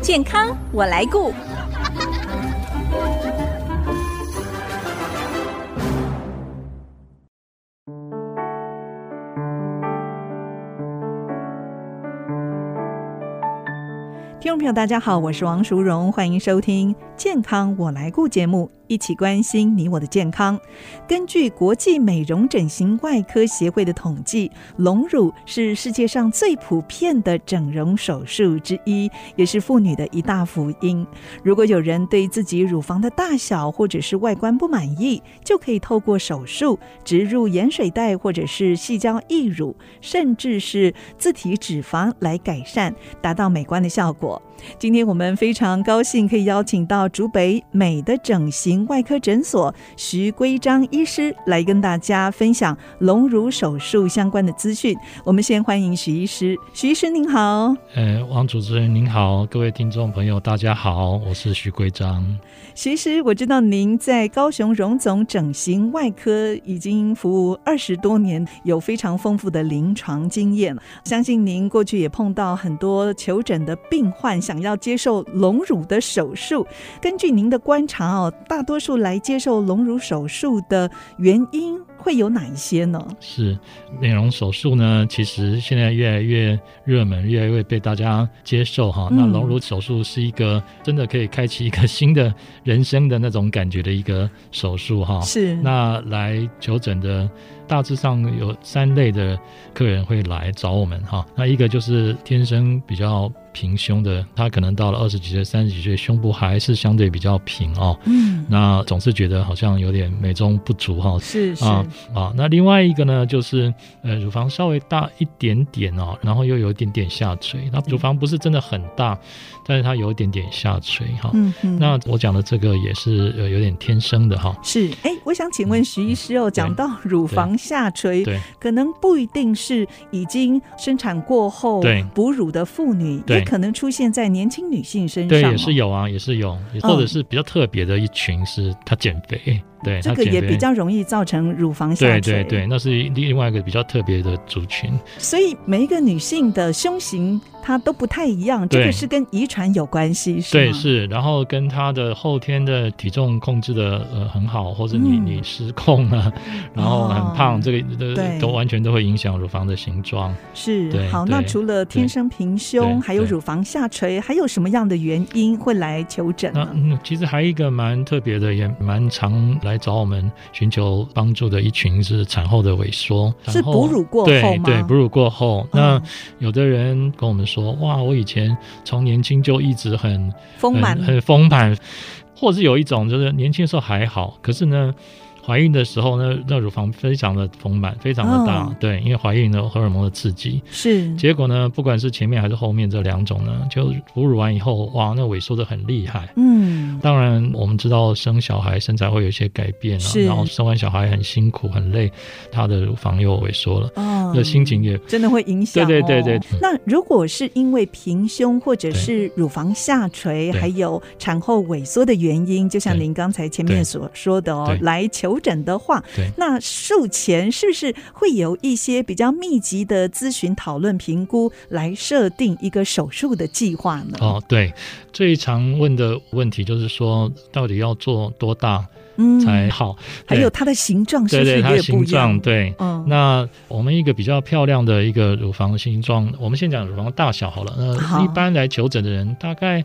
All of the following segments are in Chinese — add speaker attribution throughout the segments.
Speaker 1: 健康我来顾。
Speaker 2: 听众朋友，大家好，我是王淑荣，欢迎收听《健康我来顾》节目，一起关心你我的健康。根据国际美容整形外科协会的统计，隆乳是世界上最普遍的整容手术之一，也是妇女的一大福音。如果有人对自己乳房的大小或者是外观不满意，就可以透过手术植入盐水袋或者是细胶义乳，甚至是自体脂肪来改善，达到美观的效果。今天我们非常高兴可以邀请到竹北美的整形外科诊所徐圭章医师来跟大家分享隆乳手术相关的资讯。我们先欢迎徐医师，徐医师您好。
Speaker 3: 呃，王主持人您好，各位听众朋友大家好，我是徐圭章。
Speaker 2: 其实我知道您在高雄荣总整形外科已经服务二十多年，有非常丰富的临床经验。相信您过去也碰到很多求诊的病患想要接受隆乳的手术。根据您的观察哦，大多数来接受隆乳手术的原因会有哪一些呢？
Speaker 3: 是美容手术呢，其实现在越来越热门，越来越被大家接受哈。
Speaker 2: 嗯
Speaker 3: 那隆乳手术是一个真的可以开启一个新的人生的那种感觉的一个手术哈。
Speaker 2: 是
Speaker 3: 哦那来求诊的大致上有三类的客人会来找我们哈。那一个就是天生比较平胸的，他可能到了二十几岁、三十几岁，胸部还是相对比较平哦。
Speaker 2: 嗯，
Speaker 3: 那总是觉得好像有点美中不足哈。
Speaker 2: 是是、
Speaker 3: 啊啊，那另外一个呢，就是呃，乳房稍微大一点点哦，然后又有一点点下垂。那乳房不是真的很大，但是它有一点点下垂哈。
Speaker 2: 嗯哼
Speaker 3: 那我讲的这个也是呃有点天生的哈。
Speaker 2: 是，哎，我想请问徐医师哦，讲到乳房下垂，
Speaker 3: 对
Speaker 2: 可能不一定是已经生产过后
Speaker 3: 对
Speaker 2: 哺乳的妇女，
Speaker 3: 对
Speaker 2: 也可能出现在年轻女性身上、
Speaker 3: 对，
Speaker 2: 哦，
Speaker 3: 也是有啊，也是有，
Speaker 2: 嗯
Speaker 3: 也或者是比较特别的一群是他减肥，对，
Speaker 2: 这
Speaker 3: 他
Speaker 2: 个
Speaker 3: 减
Speaker 2: 也
Speaker 3: 肥
Speaker 2: 比。较容易造成乳房下
Speaker 3: 对
Speaker 2: 垂。
Speaker 3: 对对，，那是另外一个比较特别的族群，
Speaker 2: 所以每一个女性的胸型它都不太一样，这个
Speaker 3: 对
Speaker 2: 是跟遗传有关系，是
Speaker 3: 对
Speaker 2: 吗？
Speaker 3: 是，然后跟他的后天的体重控制的呃很好，或者你、
Speaker 2: 嗯
Speaker 3: 你失控了，然后很胖，
Speaker 2: 哦
Speaker 3: 这个
Speaker 2: 对
Speaker 3: 都都完全都会影响乳房的形状。
Speaker 2: 是
Speaker 3: 对
Speaker 2: 好，
Speaker 3: 对
Speaker 2: 那除了天
Speaker 3: 对
Speaker 2: 生平胸，
Speaker 3: 对
Speaker 2: 还有
Speaker 3: 对
Speaker 2: 乳房下垂，还有什么样的原因会来求诊
Speaker 3: 那、
Speaker 2: 呢？
Speaker 3: 嗯、其实还有一个蛮特别的，也蛮常来找我们寻求帮助的一群是产后的萎缩，
Speaker 2: 是
Speaker 3: 产后
Speaker 2: 哺乳过后
Speaker 3: 对
Speaker 2: 吗？
Speaker 3: 对，哺乳过后，那
Speaker 2: 嗯
Speaker 3: 有的人跟我们说，哇，我以前从年轻就一直很
Speaker 2: 丰满
Speaker 3: 很很丰满，或是有一种就是年轻的时候还好，可是呢，怀孕的时候呢，那乳房非常的丰满，非常的大，
Speaker 2: 嗯
Speaker 3: 对，因为怀孕的荷尔蒙的刺激，
Speaker 2: 是
Speaker 3: 结果呢，不管是前面还是后面这两种呢，就哺乳完以后，哇，那萎缩的很厉害。
Speaker 2: 嗯，
Speaker 3: 当然，我们知道生小孩身材会有一些改变啊
Speaker 2: 是，
Speaker 3: 然后生完小孩很辛苦很累，她的乳房又萎缩了，
Speaker 2: 哦
Speaker 3: 那心情也
Speaker 2: 真的会影响、哦。
Speaker 3: 对对对对
Speaker 2: 那如果是因为平胸或者
Speaker 3: 对
Speaker 2: 是乳房下垂，
Speaker 3: 对
Speaker 2: 还有产后萎缩的原因，就像
Speaker 3: 对
Speaker 2: 您刚才前面
Speaker 3: 对
Speaker 2: 所说的哦
Speaker 3: 对，
Speaker 2: 来求诊的话
Speaker 3: 对，
Speaker 2: 那术前是不是会有一些比较密集的咨询、讨论、评估，来设定一个手术的计划呢？
Speaker 3: 哦，对，最常问的问题就是说，到底要做多大
Speaker 2: 嗯
Speaker 3: 才好？
Speaker 2: 还有它的形状是
Speaker 3: 对
Speaker 2: 不
Speaker 3: 对
Speaker 2: 是
Speaker 3: 对，它
Speaker 2: 也
Speaker 3: 的
Speaker 2: 不
Speaker 3: 形
Speaker 2: 一样
Speaker 3: 状？对。
Speaker 2: 嗯，
Speaker 3: 那我们一个比较漂亮的一个乳房形状，我们先讲乳房大小好了。
Speaker 2: 好
Speaker 3: 那一般来求诊的人，大概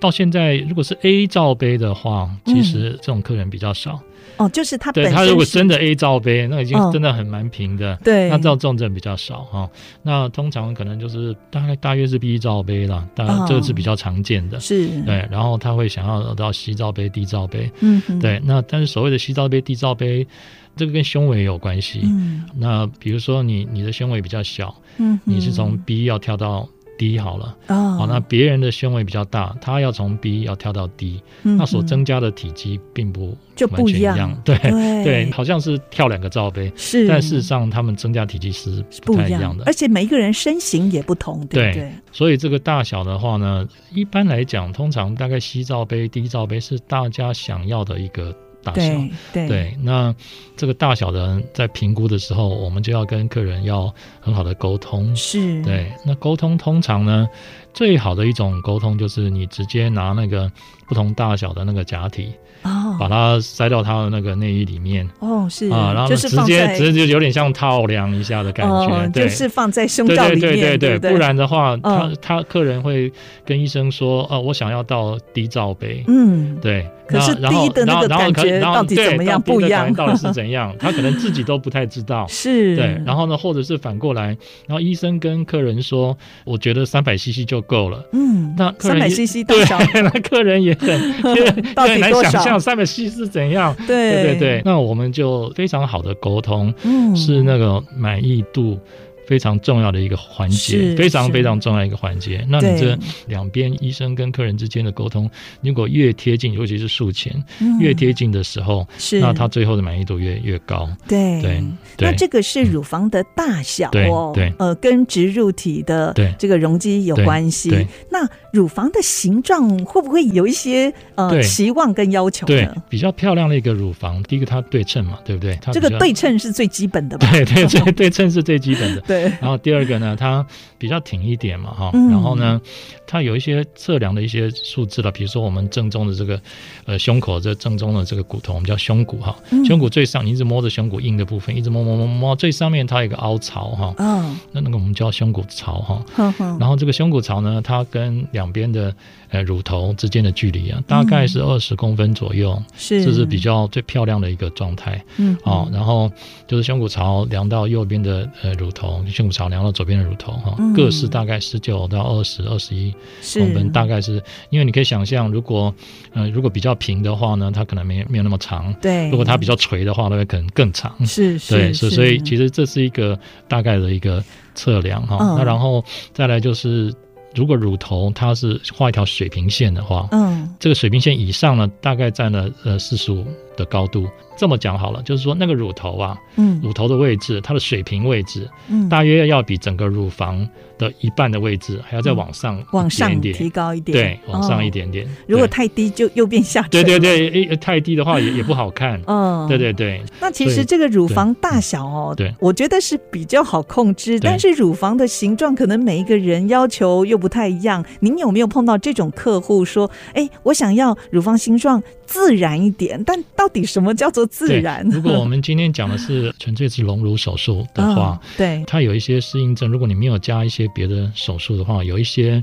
Speaker 3: 到现在，如果是 A 罩杯的话，其实这种客人比较少。
Speaker 2: 哦，就是嗯它本
Speaker 3: 对
Speaker 2: 身
Speaker 3: 他如果
Speaker 2: 是
Speaker 3: 真的 A 罩杯，那已经
Speaker 2: 嗯
Speaker 3: 真的很蛮平的。
Speaker 2: 对，
Speaker 3: 那照重症比较少哈、那通常可能就是大概大约是 B 罩杯啦，大、
Speaker 2: 哦
Speaker 3: 这个是比较常见的。
Speaker 2: 是，
Speaker 3: 对，然后他会想要到西罩杯、地罩杯，
Speaker 2: 嗯哼，
Speaker 3: 对，那但是所谓的西罩杯、地罩杯，这个跟胸围有关系。
Speaker 2: 嗯
Speaker 3: 那比如说你你的胸围比较小，
Speaker 2: 嗯哼，
Speaker 3: 你是从 B 要跳到 D 好了，
Speaker 2: 哦，
Speaker 3: 好，那别人的胸围比较大，他要从 B 要跳到 D，、
Speaker 2: 嗯
Speaker 3: 那所
Speaker 2: 哼
Speaker 3: 增加的体积并不
Speaker 2: 就
Speaker 3: 完
Speaker 2: 不
Speaker 3: 全
Speaker 2: 一
Speaker 3: 一
Speaker 2: 样，
Speaker 3: 样，对
Speaker 2: 对
Speaker 3: 对，好像是跳两个罩杯，
Speaker 2: 是，
Speaker 3: 但事实上他们增加体积是
Speaker 2: 是
Speaker 3: 不
Speaker 2: 不
Speaker 3: 太
Speaker 2: 一
Speaker 3: 一
Speaker 2: 样
Speaker 3: 样的
Speaker 2: 而。且每一个人身形也不同，对不
Speaker 3: 对
Speaker 2: 对？
Speaker 3: 所以这个大小的话呢，一般来讲，通常大概西罩杯、低罩杯是大家想要的一个大小。
Speaker 2: 对对
Speaker 3: 对，那这个大小的在评估的时候，我们就要跟客人要很好的沟通。
Speaker 2: 是，
Speaker 3: 对，那沟通通常呢，最好的一种沟通就是你直接拿那个不同大小的那个假体，把
Speaker 2: 哦
Speaker 3: 它塞到他的那个内衣里面
Speaker 2: 哦是
Speaker 3: 啊，然后呢
Speaker 2: 就是
Speaker 3: 直
Speaker 2: 放
Speaker 3: 接
Speaker 2: 在
Speaker 3: 直接有点像套量一下的感觉，
Speaker 2: 哦
Speaker 3: 对，
Speaker 2: 就是放在胸
Speaker 3: 对
Speaker 2: 罩里
Speaker 3: 对
Speaker 2: 面，
Speaker 3: 对对
Speaker 2: 对
Speaker 3: 对，
Speaker 2: 不对
Speaker 3: 不然的话，他
Speaker 2: 嗯
Speaker 3: 他客人会跟医生说，哦，我想要到低罩杯，
Speaker 2: 嗯，
Speaker 3: 对，
Speaker 2: 可是
Speaker 3: 那然后
Speaker 2: 低的那
Speaker 3: 然后
Speaker 2: 个
Speaker 3: 然后
Speaker 2: 感
Speaker 3: 可能
Speaker 2: 觉
Speaker 3: 然后
Speaker 2: 到底
Speaker 3: 对
Speaker 2: 怎么样
Speaker 3: 到底
Speaker 2: 不
Speaker 3: 的
Speaker 2: 一
Speaker 3: 感
Speaker 2: 样
Speaker 3: 到底 是怎样？他可能自己都不太知道。
Speaker 2: 是，
Speaker 3: 对，然后呢，或者是反过来，然后医生跟客人说，我觉得三百 CC 就够了。
Speaker 2: 嗯，
Speaker 3: 那客
Speaker 2: 三
Speaker 3: 人
Speaker 2: 百
Speaker 3: 也
Speaker 2: CC 大
Speaker 3: 对
Speaker 2: 小，，
Speaker 3: 那客 人也很也
Speaker 2: 到
Speaker 3: 也
Speaker 2: 底
Speaker 3: 很难
Speaker 2: 多
Speaker 3: 想
Speaker 2: 少
Speaker 3: 象？三百 CC 是怎样。对
Speaker 2: 对
Speaker 3: 对对，，那我们就非常好的沟通，
Speaker 2: 嗯，
Speaker 3: 是那个满意度非常重要的一个环节
Speaker 2: 是，
Speaker 3: 非常
Speaker 2: 是
Speaker 3: 非常重要一个环节。那
Speaker 2: 对
Speaker 3: 你这两边医生跟客人之间的沟通，如果越贴近，尤其是术前
Speaker 2: 嗯
Speaker 3: 越贴近的时候，
Speaker 2: 是
Speaker 3: 那他最后的满意度越越高。
Speaker 2: 对
Speaker 3: 对
Speaker 2: 那
Speaker 3: 对
Speaker 2: 这个是乳房的大小哦，
Speaker 3: 嗯对对
Speaker 2: 呃，跟植入体的
Speaker 3: 对
Speaker 2: 这个容积有
Speaker 3: 对
Speaker 2: 关系
Speaker 3: 对。
Speaker 2: 那乳房的形状会不会有一些呃
Speaker 3: 对
Speaker 2: 期望跟要求
Speaker 3: 对
Speaker 2: 呢？，
Speaker 3: 比较漂亮的一个乳房，第一个它对称嘛，对不对？它
Speaker 2: 这个
Speaker 3: 比较
Speaker 2: 对称是最基本的吧？
Speaker 3: 对对对 对称是最基本的。
Speaker 2: 对，
Speaker 3: 然后第二个呢，它比较挺一点嘛，哈、
Speaker 2: 嗯
Speaker 3: 然后呢，它有一些测量的一些数字了，比如说我们正中的这个，呃，胸口这正中的这个骨头，我们叫胸骨哈，
Speaker 2: 嗯
Speaker 3: 胸骨最上，你一直摸着胸骨硬的部分，一直摸摸摸摸摸，最上面它有一个凹槽哈，
Speaker 2: 嗯，
Speaker 3: 那那个我们叫胸骨槽哈。
Speaker 2: 哼哼
Speaker 3: 然后这个胸骨槽呢，它跟两边的呃乳头之间的距离啊，大概是二十公分左右，
Speaker 2: 嗯是
Speaker 3: 这是比较最漂亮的一个状态。
Speaker 2: 嗯
Speaker 3: 哦，然后就是胸骨槽量到右边的呃乳头，胸骨槽量到左边的乳头哈、
Speaker 2: 嗯
Speaker 3: 各是大概十九到二十、二十一
Speaker 2: 是
Speaker 3: 公分，大概是因为你可以想象，如果呃如果比较平的话呢，它可能没没有那么长；
Speaker 2: 对，
Speaker 3: 如果它比较垂的话，那会可能更长。
Speaker 2: 是是
Speaker 3: 对，所以所以
Speaker 2: 是
Speaker 3: 其实这是一个大概的一个测量哈、
Speaker 2: 嗯
Speaker 3: 那然后再来就是，如果乳头它是画一条水平线的话，
Speaker 2: 嗯
Speaker 3: 这个水平线以上呢，大概占了呃四十五的高度。这么讲好了，就是说那个乳头啊，
Speaker 2: 嗯
Speaker 3: 乳头的位置，它的水平位置，
Speaker 2: 嗯
Speaker 3: 大约要比整个乳房的一半的位置还要再往上
Speaker 2: 嗯往
Speaker 3: 一点
Speaker 2: 上
Speaker 3: 点
Speaker 2: 提高一点，
Speaker 3: 对，往上一
Speaker 2: 哦。
Speaker 3: 点点。
Speaker 2: 如果
Speaker 3: 对
Speaker 2: 太低，就又变下
Speaker 3: 对
Speaker 2: 垂
Speaker 3: 对
Speaker 2: 了，
Speaker 3: 对，诶太低的话也也不好看。
Speaker 2: 嗯，
Speaker 3: 对对对，
Speaker 2: 那其实
Speaker 3: 对
Speaker 2: 这个乳房大小哦，
Speaker 3: 对嗯对
Speaker 2: 我觉得是比较好控制，
Speaker 3: 对
Speaker 2: 但是乳房的形状可能每一个人要求又不太一样。您有没有碰到这种客户说，哎，我想要乳房形状自然一点，但到底什么叫做自然？
Speaker 3: 如果我们今天讲的是纯粹是隆乳手术的话，
Speaker 2: 嗯对，
Speaker 3: 它有一些适应症，如果你没有加一些别的手术的话，有一些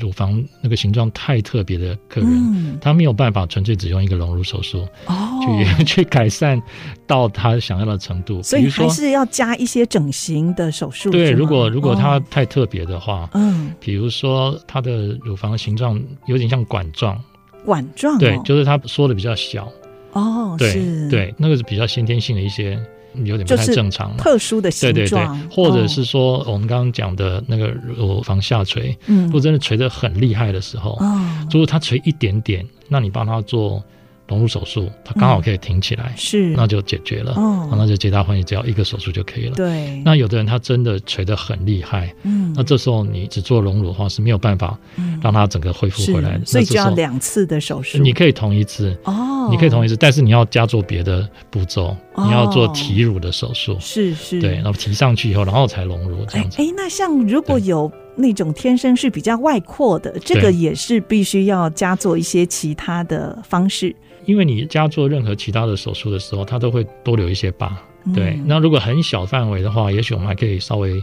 Speaker 3: 乳房那个形状太特别的客人，
Speaker 2: 嗯，
Speaker 3: 他没有办法纯粹只用一个隆乳手术
Speaker 2: 哦，
Speaker 3: 去、 去改善到他想要的程度。
Speaker 2: 所
Speaker 3: 比
Speaker 2: 以
Speaker 3: 如
Speaker 2: 还
Speaker 3: 说，
Speaker 2: 是要加一些整形的手术。
Speaker 3: 对，
Speaker 2: 是吗
Speaker 3: 如果如果它
Speaker 2: 哦
Speaker 3: 太特别的话，
Speaker 2: 嗯
Speaker 3: 比如说它的乳房形状有点像管状，
Speaker 2: 管状、哦，
Speaker 3: 对，就是它缩的比较小，
Speaker 2: 哦，
Speaker 3: 对
Speaker 2: 是，，
Speaker 3: 对，那个是比较先天性的一些有点不
Speaker 2: 就
Speaker 3: 太
Speaker 2: 是
Speaker 3: 正常嘛。
Speaker 2: 特殊的形
Speaker 3: 对对对
Speaker 2: 状，，
Speaker 3: 或者
Speaker 2: 哦
Speaker 3: 是说我们刚刚讲的那个乳房下垂，
Speaker 2: 嗯
Speaker 3: 如果真的垂得很厉害的时候，
Speaker 2: 哦，
Speaker 3: 如果它垂一点点，那你帮它做隆乳手术，它刚好可以挺起来，
Speaker 2: 是
Speaker 3: 那就解决了，
Speaker 2: 嗯哦
Speaker 3: 啊那就皆大欢喜，只要一个手术就可以了。
Speaker 2: 对，
Speaker 3: 那有的人他真的垂得很厉害，
Speaker 2: 嗯
Speaker 3: 那这时候你只做隆乳的话是没有办法
Speaker 2: 嗯
Speaker 3: 让它整个恢复
Speaker 2: 是，
Speaker 3: 回来的，
Speaker 2: 所以
Speaker 3: 那这
Speaker 2: 就要
Speaker 3: 时候
Speaker 2: 两次的手术。
Speaker 3: 你可以同一次，
Speaker 2: 哦，
Speaker 3: 你可以同一次，但是你要加做别的步骤，
Speaker 2: 哦
Speaker 3: 你要做提乳的手术，
Speaker 2: 是是，
Speaker 3: 对，然后提上去以后，然后才隆乳这
Speaker 2: 哎
Speaker 3: 样子。
Speaker 2: 哎，那像如果
Speaker 3: 对
Speaker 2: 有那种天生是比较外扩的，这个也是必须要加做一些其他的方式。
Speaker 3: 因为你加做任何其他的手术的时候，它都会多留一些疤。
Speaker 2: 嗯
Speaker 3: 对，那如果很小范围的话，也许我们还可以稍微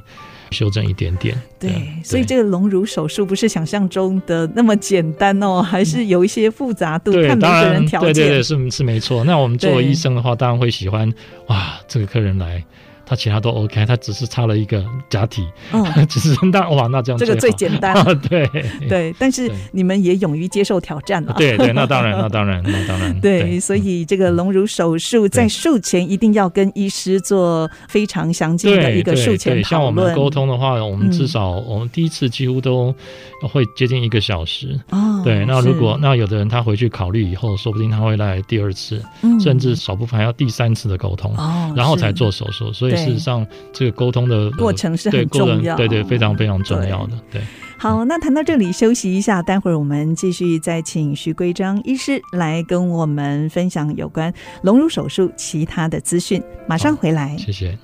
Speaker 3: 修正一点点。
Speaker 2: 对，所以
Speaker 3: 对
Speaker 2: 这个隆乳手术不是想象中的那么简单哦，还是有一些复杂度，
Speaker 3: 嗯对，
Speaker 2: 看每
Speaker 3: 当
Speaker 2: 个人
Speaker 3: 然，
Speaker 2: 条
Speaker 3: 对对对，
Speaker 2: 件。
Speaker 3: 是是没错。那我们作为
Speaker 2: 对
Speaker 3: 医生的话，当然会喜欢哇，这个客人来，他其他都 OK，他只是差了一个假体，
Speaker 2: 嗯，
Speaker 3: 只是那哇，那这样
Speaker 2: 这个最
Speaker 3: 最好
Speaker 2: 简单。
Speaker 3: 啊， 对
Speaker 2: 对，但是
Speaker 3: 对
Speaker 2: 你们也勇于接受挑战了。
Speaker 3: 对对，那当然，那当然，那当然，
Speaker 2: 对，所以这个隆乳手术在
Speaker 3: 嗯对
Speaker 2: 术前一定要跟医师做非常详尽的一个
Speaker 3: 对
Speaker 2: 术
Speaker 3: 对
Speaker 2: 前
Speaker 3: 对，像
Speaker 2: 讨
Speaker 3: 我们
Speaker 2: 论。
Speaker 3: 沟通的话，我们
Speaker 2: 嗯
Speaker 3: 至少我们第一次几乎都会接近一个小时。
Speaker 2: 哦，
Speaker 3: 对，那如果
Speaker 2: 是
Speaker 3: 那有的人他回去考虑以后，说不定他会来第二次，
Speaker 2: 嗯
Speaker 3: 甚至少部分还要第三次的沟通，
Speaker 2: 哦，
Speaker 3: 然后
Speaker 2: 是
Speaker 3: 才做手术。所以
Speaker 2: 对
Speaker 3: 事实上，这个沟通的呃
Speaker 2: 过程是
Speaker 3: 对
Speaker 2: 很
Speaker 3: 过
Speaker 2: 重
Speaker 3: 程
Speaker 2: 要，
Speaker 3: 对对，非常非常重要的。对，
Speaker 2: 好，那谈到这里休息一下，待会儿我们继续再请徐归章医师来跟我们分享有关隆乳手术其他的资讯。马上回来。
Speaker 3: 谢谢。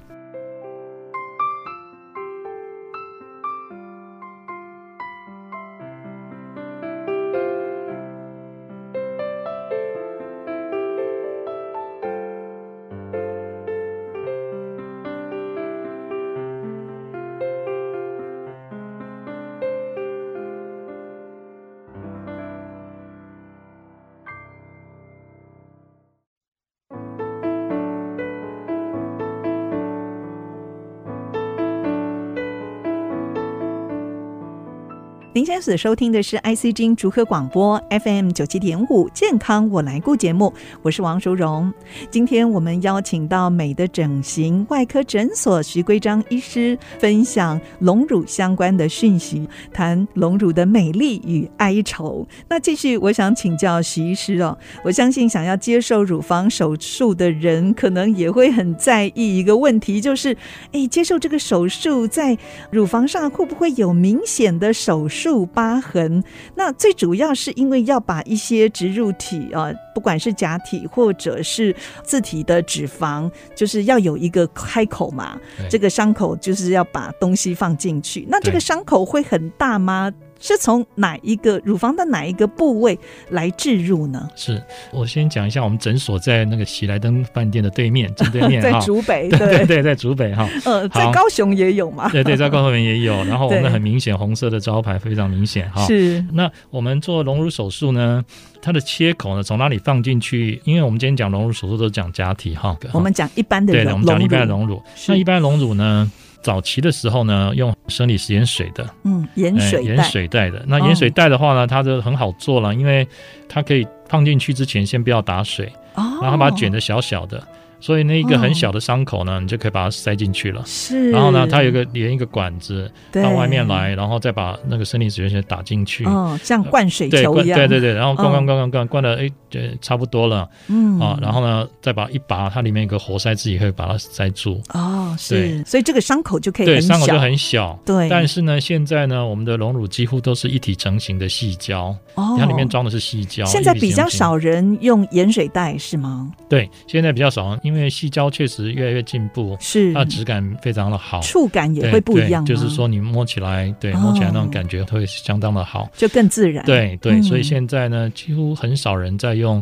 Speaker 2: 您现在所收听的是 IC 金竹科广播 FM 九七点五健康我来顾节目，我是王淑荣。今天我们邀请到美的整形外科诊所徐归章医师分享隆乳相关的讯息，谈隆乳的美丽与哀愁。那继续，我想请教徐医师哦，我相信想要接受乳房手术的人，可能也会很在意一个问题，就是哎，接受这个手术在乳房上会不会有明显的手术疤痕？那最主要是因为要把一些植入体啊，不管是假体或者是自体的脂肪，就是要有一个开口嘛
Speaker 3: 对。
Speaker 2: 这个伤口就是要把东西放进去。那这个
Speaker 3: 对
Speaker 2: 伤口会很大吗？是从哪一个乳房的哪一个部位来置入呢？
Speaker 3: 是我先讲一下，我们诊所在那个喜来登饭店的对面，正对 面
Speaker 2: 在
Speaker 3: 哈。
Speaker 2: 竹北，
Speaker 3: 对
Speaker 2: 对，
Speaker 3: 对，在竹北哈，
Speaker 2: 呃，在
Speaker 3: 好
Speaker 2: 高雄也有嘛？
Speaker 3: 对对，在高雄园也有。然后我
Speaker 2: 对
Speaker 3: 们很明显，红色的招牌非常明显哈。
Speaker 2: 是，
Speaker 3: 那我们做隆乳手术呢，它的切口呢从哪里放进去？因为我们今天讲隆乳手术都讲假体哈，
Speaker 2: 我们讲一般的
Speaker 3: 对，我
Speaker 2: 隆
Speaker 3: 们讲一般的
Speaker 2: 乳，
Speaker 3: 隆乳。
Speaker 2: 是
Speaker 3: 那一般隆乳呢，早期的时候呢，用生理食盐水的，
Speaker 2: 嗯，盐
Speaker 3: 哎
Speaker 2: 水哦
Speaker 3: 盐
Speaker 2: 袋，
Speaker 3: 水袋的。那盐水袋的话呢，它就很好做了，因为它可以放进去之前先不要打水，
Speaker 2: 哦，
Speaker 3: 然后把它卷，得小小的，所以那一个很小的伤口呢，你就可以把它塞进去了。
Speaker 2: 是，
Speaker 3: 然后呢，它有一个连一个管子
Speaker 2: 对
Speaker 3: 到外面，来，然后再把那个生理食盐水打进去。
Speaker 2: 哦，像灌水
Speaker 3: 对，
Speaker 2: 球
Speaker 3: 灌
Speaker 2: 一样，
Speaker 3: 对对对，然后灌灌
Speaker 2: 嗯
Speaker 3: 灌灌灌灌了，哎，对，差不多了
Speaker 2: 嗯
Speaker 3: 啊。然后呢，再把一拔，它里面有个活塞，自己可以把它塞住。
Speaker 2: 哦，是，
Speaker 3: 对
Speaker 2: 所以这个伤口就可以
Speaker 3: 对，
Speaker 2: 很
Speaker 3: 伤口就
Speaker 2: 小
Speaker 3: 很小。
Speaker 2: 对，
Speaker 3: 但是呢，现在呢，我们的隆乳几乎都是一体成型的细胶，
Speaker 2: 哦，
Speaker 3: 它里面装的是细胶。
Speaker 2: 现在
Speaker 3: 一体
Speaker 2: 比
Speaker 3: 成
Speaker 2: 较
Speaker 3: 型。
Speaker 2: 少人用盐水袋是吗？
Speaker 3: 对，现在比较少，因为细胶确实越来越进步，
Speaker 2: 是，
Speaker 3: 它的质感非常的好，
Speaker 2: 触感也
Speaker 3: 对
Speaker 2: 会不一
Speaker 3: 啊对
Speaker 2: 样，啊
Speaker 3: 就是，说你摸起来，对，摸起来那
Speaker 2: 哦嗯
Speaker 3: 种感觉会相当的好。
Speaker 2: 就更自然，，
Speaker 3: 对对，所以
Speaker 2: 嗯
Speaker 3: 现在呢，几乎很少人在用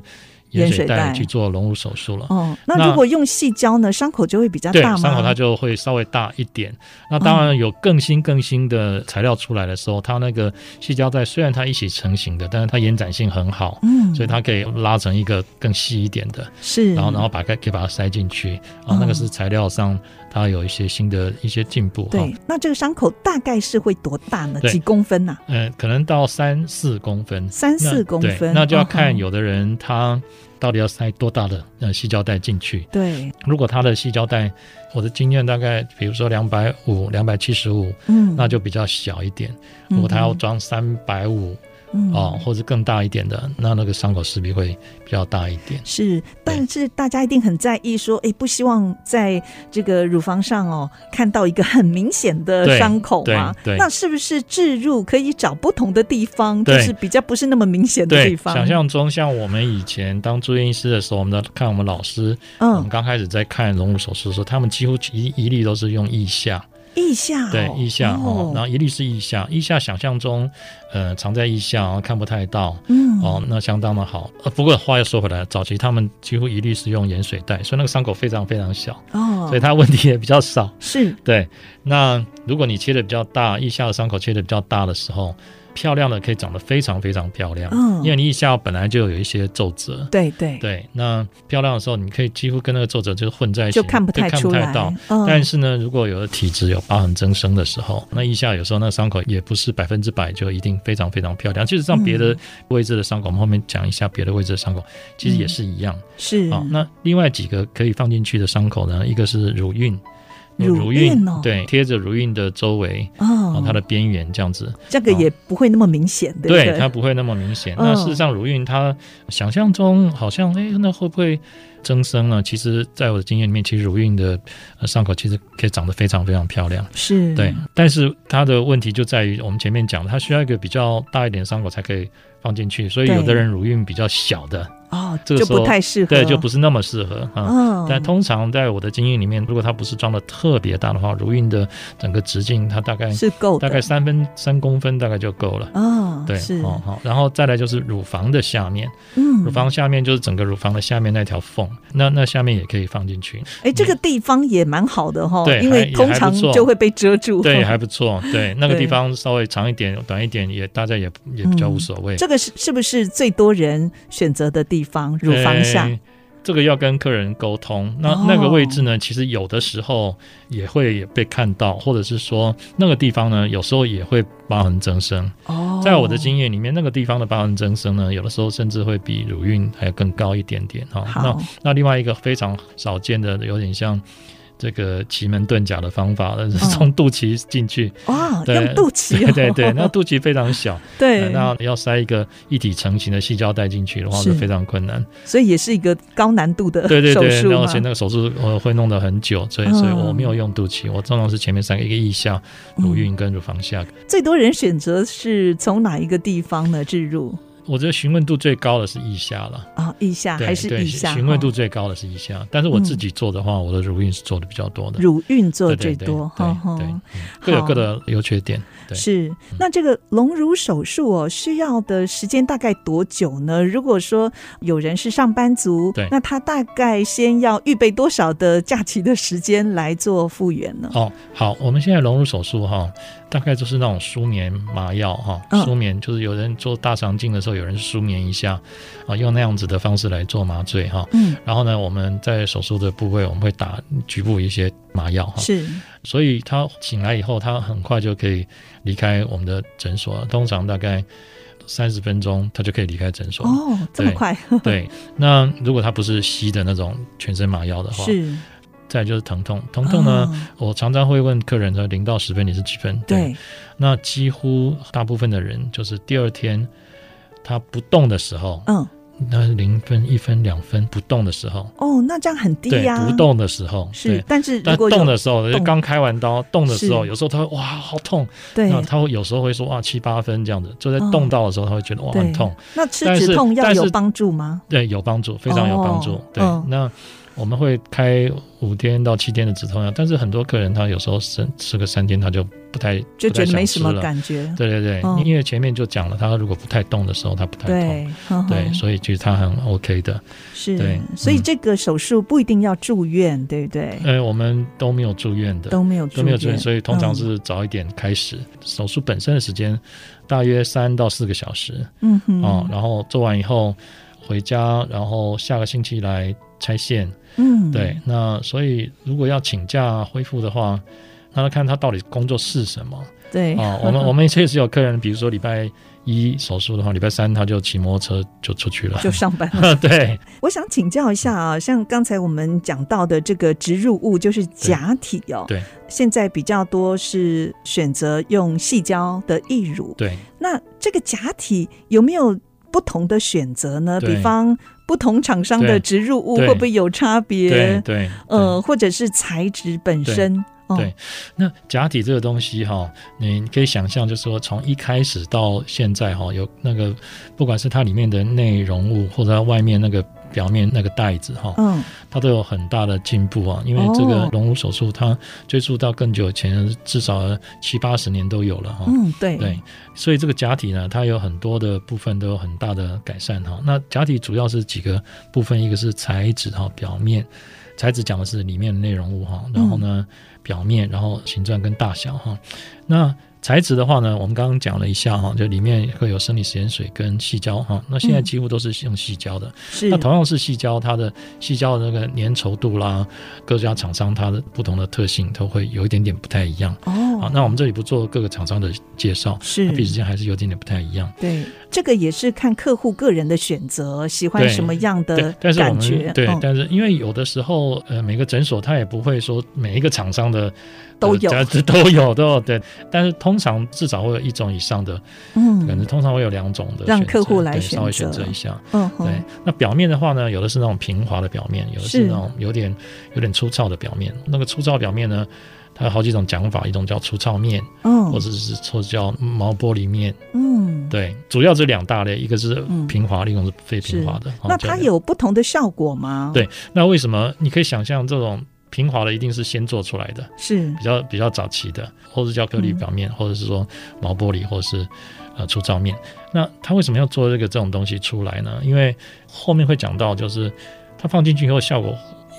Speaker 2: 盐
Speaker 3: 盐
Speaker 2: 水
Speaker 3: 水
Speaker 2: 袋
Speaker 3: 袋去做隆乳手术了。
Speaker 2: 哦，那
Speaker 3: 那
Speaker 2: 如果用细胶呢，伤口就会比较
Speaker 3: 对，
Speaker 2: 啊大吗？
Speaker 3: 伤口它就会稍微大一点。那当然有更新更新的材料出来的时候，它那个细胶带虽然它一起成型的，但是它延展性很好，
Speaker 2: 嗯，
Speaker 3: 所以它可以拉成一个更细一点的，
Speaker 2: 是，
Speaker 3: 然后然后把它可以把它塞进去啊
Speaker 2: 嗯。
Speaker 3: 那个是材料上它有一些新的一些进步哈。
Speaker 2: 对，那这个伤口大概是会多大呢？
Speaker 3: 对
Speaker 2: 几公分呐、
Speaker 3: 嗯、可能到三四公分，
Speaker 2: 三
Speaker 3: 那
Speaker 2: 四公
Speaker 3: 对
Speaker 2: 分，
Speaker 3: 那就要
Speaker 2: 嗯哼
Speaker 3: 看有的人他到底要塞多大的呃细胶带进去。
Speaker 2: 对，
Speaker 3: 如果他的细胶带，我的经验大概，比如说两百五、两百七十五，
Speaker 2: 嗯，
Speaker 3: 那就比较小一点。如果他要装三百五
Speaker 2: 嗯
Speaker 3: 啊，或者更大一点的，那那个伤口势必会比较大一点。
Speaker 2: 是，但是大家一定很在意说，哎，不希望在这个乳房上哦看到一个很明显的
Speaker 3: 对
Speaker 2: 伤口嘛。
Speaker 3: 对对
Speaker 2: 那是不是置入可以找不同的地方，就
Speaker 3: 对
Speaker 2: 是比较不是那么明显的地
Speaker 3: 对，
Speaker 2: 方？
Speaker 3: 想象中像我们以前当住院医师的时候，我们在看我们老师，我
Speaker 2: 嗯
Speaker 3: 们，刚开始在看隆乳手术的时候，他们几乎一一例都是用腋下，
Speaker 2: 腋下、哦、
Speaker 3: 对腋下哦，然
Speaker 2: 哦，
Speaker 3: 后一例是腋下，腋下想象中，呃，藏在腋下，然后看不太到，
Speaker 2: 嗯，
Speaker 3: 哦，那相当的好。呃，不过话又说回来，早期他们几乎一律是用盐水袋，所以那个伤口非常非常小，
Speaker 2: 哦，
Speaker 3: 所以它问题也比较少。
Speaker 2: 是
Speaker 3: 对，那如果你切的比较大，腋下的伤口切的比较大的时候，漂亮的可以长得非常非常漂亮，
Speaker 2: 嗯
Speaker 3: 因为你腋下本来就有一些皱褶。
Speaker 2: 对对，
Speaker 3: 对，那漂亮的时候，你可以几乎跟那个皱褶就混在一起，
Speaker 2: 就看不太
Speaker 3: 看
Speaker 2: 出
Speaker 3: 不
Speaker 2: 来
Speaker 3: 太到。。
Speaker 2: 嗯
Speaker 3: 但是呢，如果有的体质有疤痕增生的时候，那腋下有时候那伤口也不是百分之百就一定非常非常漂亮。其实像别
Speaker 2: 嗯
Speaker 3: 的位置的伤口，我们后面讲一下别的位置的伤口，其
Speaker 2: 嗯
Speaker 3: 实也是一样。
Speaker 2: 是
Speaker 3: 好、那另外几个可以放进去的伤口呢，一个是乳晕，
Speaker 2: 乳晕哦，
Speaker 3: 对，贴着乳晕的周围，然
Speaker 2: 哦
Speaker 3: 后，它的边缘这样子，
Speaker 2: 这个也不会那么明显，对不
Speaker 3: 哦对，
Speaker 2: 对？
Speaker 3: 它不会那么明显。
Speaker 2: 嗯
Speaker 3: 那事实上，乳晕它想象中好像，哎，那会不会增生呢？其实，在我的经验里面，其实乳晕的呃伤口其实可以长得非常非常漂亮。
Speaker 2: 是，
Speaker 3: 对，但是它的问题就在于我们前面讲的，它需要一个比较大一点的伤口才可以放进去，所以
Speaker 2: 对
Speaker 3: 有的人乳晕比较小的，
Speaker 2: 哦，
Speaker 3: 这个
Speaker 2: 就
Speaker 3: 时候
Speaker 2: 不太适合，
Speaker 3: 对，就不是那么适合啊。
Speaker 2: 嗯，
Speaker 3: 但通常在我的经验里面，如果它不是装的特别大的话，乳晕的整个直径它大概
Speaker 2: 是够的，
Speaker 3: 大概三分三公分大概就够了。
Speaker 2: 哦，
Speaker 3: 对，
Speaker 2: 是，
Speaker 3: 哦好，然后再来就是乳房的下面，
Speaker 2: 嗯
Speaker 3: 乳房下面就是整个乳房的下面那条缝，那那下面也可以放进去，
Speaker 2: 哎，这个地方也蛮好的哈，
Speaker 3: 嗯对
Speaker 2: 因
Speaker 3: 还
Speaker 2: 为
Speaker 3: 也
Speaker 2: 通
Speaker 3: 还不
Speaker 2: 常
Speaker 3: 错
Speaker 2: 就会被遮住。
Speaker 3: 对，还不错，对，那个
Speaker 2: 对
Speaker 3: 地方稍微长一点、短一点也大家也也比较无所谓。
Speaker 2: 这个是是不是最多人选择的地方？乳房下
Speaker 3: 呃这个要跟客人沟通。那
Speaker 2: 哦
Speaker 3: 那个位置呢，其实有的时候也会被看到，或者是说那个地方呢，有时候也会疤痕增生。
Speaker 2: 哦，
Speaker 3: 在我的经验里面，那个地方的疤痕增生呢，有的时候甚至会比乳晕还要更高一点点哈、
Speaker 2: 好
Speaker 3: 那那另外一个非常少见的，有点像。这个奇门遁甲的方法，那是
Speaker 2: 嗯
Speaker 3: 从肚脐进去，
Speaker 2: 哇，
Speaker 3: 对
Speaker 2: 用肚脐、
Speaker 3: 对
Speaker 2: 哦，
Speaker 3: 对对，那肚脐非常小，
Speaker 2: 对
Speaker 3: 呃那要塞一个一体成型的细胶带进去的话
Speaker 2: 是
Speaker 3: 是非常困难。
Speaker 2: 所以也是一个高难度 的
Speaker 3: 对对
Speaker 2: 手
Speaker 3: 对，
Speaker 2: 术
Speaker 3: 那
Speaker 2: 嘛
Speaker 3: 而且那个手术我会弄得很久，所以所以
Speaker 2: 嗯
Speaker 3: 我没有用肚脐，我通常是前面三个，一个腋下、乳晕跟乳房下。
Speaker 2: 最多人选择是从哪一个地方呢？置入
Speaker 3: 我觉得询问度最高的是腋下了，
Speaker 2: 啊，腋下
Speaker 3: 对
Speaker 2: 还是
Speaker 3: 对，
Speaker 2: 腋下？
Speaker 3: 询问度
Speaker 2: 哦
Speaker 3: 最高的是腋下，但是我自己做的话，我的乳晕是做的比较多的，
Speaker 2: 乳晕嗯做
Speaker 3: 对
Speaker 2: 最
Speaker 3: 对
Speaker 2: 多，
Speaker 3: 对
Speaker 2: 哈哈
Speaker 3: 对，嗯各有各的优缺点。对嗯
Speaker 2: 是，那这个隆乳手术哦，需要的时间大概多久呢？如果说有人是上班族，
Speaker 3: 对
Speaker 2: 那他大概先要预备多少的假期的时间来做复原呢？
Speaker 3: 哦，好，我们现在隆乳手术哈，大概就是那种舒眠麻药哈
Speaker 2: 嗯，
Speaker 3: 舒眠就是有人做大肠镜的时候，有人舒眠一下，啊，用那样子的方式来做麻醉哈。
Speaker 2: 嗯，
Speaker 3: 然后呢，我们在手术的部位，我们会打局部一些麻药哈，
Speaker 2: 是
Speaker 3: 所以他醒来以后，他很快就可以离开我们的诊所了，通常大概三十分钟，他就可以离开诊所了。
Speaker 2: 哦，这么
Speaker 3: 对
Speaker 2: 快，
Speaker 3: 对，那如果他不是吸的那种全身麻药的话，
Speaker 2: 是
Speaker 3: 再来就是疼痛，疼痛呢，
Speaker 2: 哦
Speaker 3: 我常常会问客人说零到十分你是几分？，
Speaker 2: 对，
Speaker 3: 那几乎大部分的人就是第二天他不动的时候，
Speaker 2: 嗯，
Speaker 3: 那零分、一分、两分不动的时候。
Speaker 2: 哦，那这样很低
Speaker 3: 对
Speaker 2: 呀、，
Speaker 3: 不动的时候，
Speaker 2: 是
Speaker 3: 对，，
Speaker 2: 但是如
Speaker 3: 但
Speaker 2: 果有
Speaker 3: 呃动的时候，就
Speaker 2: 动
Speaker 3: 刚开完刀，动的时候，
Speaker 2: 是
Speaker 3: 有时候他会哇好痛，
Speaker 2: 对
Speaker 3: 那他会有时候会说哇七八分这样子，就在
Speaker 2: 哦
Speaker 3: 动到的时候他会觉得哇
Speaker 2: 对
Speaker 3: 很痛，，
Speaker 2: 那吃
Speaker 3: 但
Speaker 2: 止
Speaker 3: 是
Speaker 2: 痛药
Speaker 3: 但
Speaker 2: 有
Speaker 3: 是
Speaker 2: 帮助吗？
Speaker 3: 对，有帮助，非常有帮助
Speaker 2: 哦。
Speaker 3: 对
Speaker 2: 嗯，
Speaker 3: 那我们会开五天到七天的止痛药，但是很多客人他有时候吃吃个三天他就不太
Speaker 2: 就觉
Speaker 3: 不太
Speaker 2: 得
Speaker 3: 想
Speaker 2: 没什
Speaker 3: 吃
Speaker 2: 么
Speaker 3: 了
Speaker 2: 感觉，
Speaker 3: 对对对
Speaker 2: 嗯，
Speaker 3: 因为前面就讲了，他如果不太动的时候他不太痛，
Speaker 2: 对，嗯呵呵
Speaker 3: 对，所以其实他很 OK 的。
Speaker 2: 是
Speaker 3: 对，
Speaker 2: 所以
Speaker 3: 嗯
Speaker 2: 这个手术不一定要住院，对不对？
Speaker 3: 呃，我们都没有住院的，
Speaker 2: 都没有住
Speaker 3: 都没有住院，所以通常
Speaker 2: 嗯
Speaker 3: 是早一点开始。手术本身的时间大约三到四个小时
Speaker 2: 嗯哼，
Speaker 3: 哦，然后做完以后回家，然后下个星期来拆线。
Speaker 2: 嗯，
Speaker 3: 对，，那所以如果要请假恢复的话，那要看他到底工作是什么
Speaker 2: 对，
Speaker 3: 哦。 我们我们确实有客人，比如说礼拜一手术的话，礼拜三他就骑摩托车就出去了。
Speaker 2: 就上班了。
Speaker 3: 对
Speaker 2: 我想请教一下啊，像刚才我们讲到的这个植入物就是假体哦，
Speaker 3: 对
Speaker 2: 现在比较多是选择用细胶的义乳，
Speaker 3: 对，
Speaker 2: 那这个假体有没有不同的选择呢？
Speaker 3: 对
Speaker 2: 比方不同厂商的
Speaker 3: 对
Speaker 2: 植入物
Speaker 3: 对
Speaker 2: 会不会有差
Speaker 3: 对
Speaker 2: 别？
Speaker 3: 对，
Speaker 2: 呃，或者是材质本身？哦
Speaker 3: 对那假体这个东西哈、你可以想象，就是说从一开始到现在哈、有那个不管是它里面的内容物，或者它外面那个表面那个袋子哈、
Speaker 2: 嗯，
Speaker 3: 它都有很大的进步啊。因为这个
Speaker 2: 哦
Speaker 3: 隆乳手术，它追溯到更久以前，至少七八十年都有了哈、
Speaker 2: 嗯，对，
Speaker 3: 对，所以这个假体呢，它有很多的部分都有很大的改善哈。那假体主要是几个部分，一个是材质哈，表面，材质讲的是里面的内容物哈，
Speaker 2: 嗯
Speaker 3: 然后呢，表面，然后形状跟大小哈。那材质的话呢，我们刚刚讲了一下哈，就里面会有生理食盐水跟细胶哈。那现在
Speaker 2: 嗯
Speaker 3: 几乎都是用细胶的，
Speaker 2: 是
Speaker 3: 那同样是细胶，它的细胶的那个粘稠度啦，各家厂商它的不同的特性都会有一点点不太一样。
Speaker 2: 哦
Speaker 3: 啊好，，那我们这里不做各个厂商的介绍，
Speaker 2: 是
Speaker 3: 它彼此之间还是有点点不太一样。
Speaker 2: 对，这个也是看客户个人的选择，喜欢
Speaker 3: 对
Speaker 2: 什么样的
Speaker 3: 对，但是我
Speaker 2: 感觉
Speaker 3: 们，对
Speaker 2: 嗯，
Speaker 3: 但是因为有的时候，呃，每个诊所它也不会说每一个厂商的
Speaker 2: 都有
Speaker 3: 呃、 都有都有对，但是通常至少会有一种以上的，可能
Speaker 2: 嗯
Speaker 3: 通常会有两种的选择，
Speaker 2: 让客户来
Speaker 3: 对
Speaker 2: 选
Speaker 3: 稍微
Speaker 2: 择
Speaker 3: 选择一下。
Speaker 2: 嗯
Speaker 3: 对
Speaker 2: 哼，，
Speaker 3: 那表面的话呢，有的是那种平滑的表面，有的是
Speaker 2: 是
Speaker 3: 那种有点有点粗糙的表面。那个粗糙表面呢，它有好几种讲法，一种叫粗糙面，
Speaker 2: 嗯
Speaker 3: 或者是说叫毛玻璃面。
Speaker 2: 嗯，
Speaker 3: 对，主要这两大类，一个是
Speaker 2: 嗯
Speaker 3: 平滑，另一种是非
Speaker 2: 是
Speaker 3: 平滑的。好
Speaker 2: 那
Speaker 3: 这
Speaker 2: 它
Speaker 3: 样
Speaker 2: 有不同的效果吗？
Speaker 3: 对那为什么你可以想象这种平滑的一定是先做出来的，
Speaker 2: 是
Speaker 3: 比较比较早期的，或是叫
Speaker 2: 嗯
Speaker 3: 颗粒表面，或者是说毛玻璃，或者是呃粗糙面。那它为什么要做这个这种东西出来呢？因为后面会讲到，就是它放进去以后效果，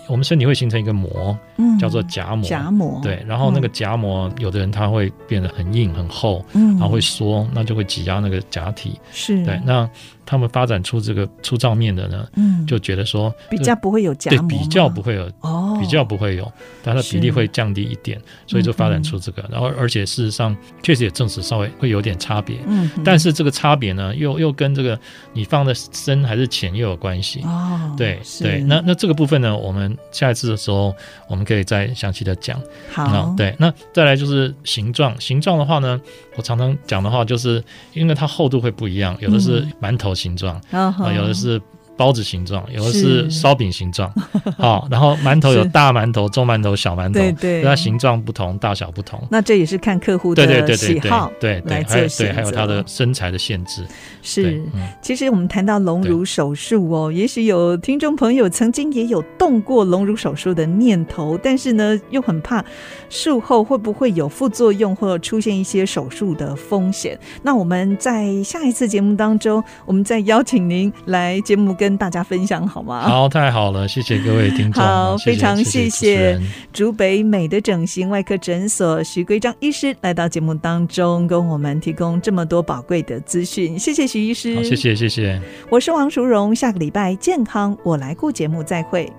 Speaker 3: 我们身体会形成一个膜，
Speaker 2: 嗯，
Speaker 3: 叫做夹膜。
Speaker 2: 夹膜，
Speaker 3: 对，然后那个夹膜，有的人他会变得很硬很厚，
Speaker 2: 嗯，
Speaker 3: 然
Speaker 2: 嗯，
Speaker 3: 后会缩，那就会挤压那个假体。
Speaker 2: 是
Speaker 3: 对，那他们发展出这个粗糙面的呢，
Speaker 2: 嗯，
Speaker 3: 就觉得说
Speaker 2: 比较不会有夹
Speaker 3: 对
Speaker 2: 膜吗，
Speaker 3: 比较不会有
Speaker 2: 哦，
Speaker 3: 比较不会有，但它的比例
Speaker 2: 是嗯
Speaker 3: 会降低一点，所以就发展出这个。然后，而且事实上确实也证实稍微会有点差别，
Speaker 2: 嗯哼，
Speaker 3: 但是这个差别呢，又又跟这个你放的深还是浅又有关系。
Speaker 2: 哦，
Speaker 3: 对
Speaker 2: 是
Speaker 3: 对，那那这个部分呢，我们下一次的时候我们可以再详细的讲。
Speaker 2: 好，
Speaker 3: 对，那再来就是形状，形状的话呢，我常常讲的话就是，因为它厚度会不一样，有的是馒头形状，
Speaker 2: 嗯
Speaker 3: 啊、
Speaker 2: 哼，
Speaker 3: 有的是包子形状，有的
Speaker 2: 是
Speaker 3: 是烧饼形状，好、然后馒头有
Speaker 2: 是
Speaker 3: 大馒头、中馒头、小馒头，
Speaker 2: 对对，
Speaker 3: 它形状不同，大小不同。
Speaker 2: 那这也是看客户
Speaker 3: 对对
Speaker 2: 的
Speaker 3: 对
Speaker 2: 喜
Speaker 3: 对对
Speaker 2: 好，
Speaker 3: 对
Speaker 2: 来
Speaker 3: 对，
Speaker 2: 做
Speaker 3: 还有对
Speaker 2: 选
Speaker 3: 还有它
Speaker 2: 择
Speaker 3: 的身材的限制，对
Speaker 2: 是。
Speaker 3: 嗯，
Speaker 2: 其实我们谈到隆
Speaker 3: 对
Speaker 2: 乳手术哦，也许有听众朋友曾经也有动过隆乳手术的念头，但是呢，又很怕术后会不会有副作用或者出现一些手术的风险。那我们在下一次节目当中，我们再邀请您来节目跟大家分享好吗？
Speaker 3: 好，太好了，谢谢各位听众，
Speaker 2: 好
Speaker 3: 谢谢
Speaker 2: 非常
Speaker 3: 谢
Speaker 2: 谢谢
Speaker 3: 主持人
Speaker 2: 竹北美的整形外科诊所徐圭章医师来到节目当中，跟我们提供这么多宝贵的资讯，谢谢徐医师，
Speaker 3: 好，谢，谢谢谢。
Speaker 2: 我是王淑荣，下个礼拜健康我来顾节目再会。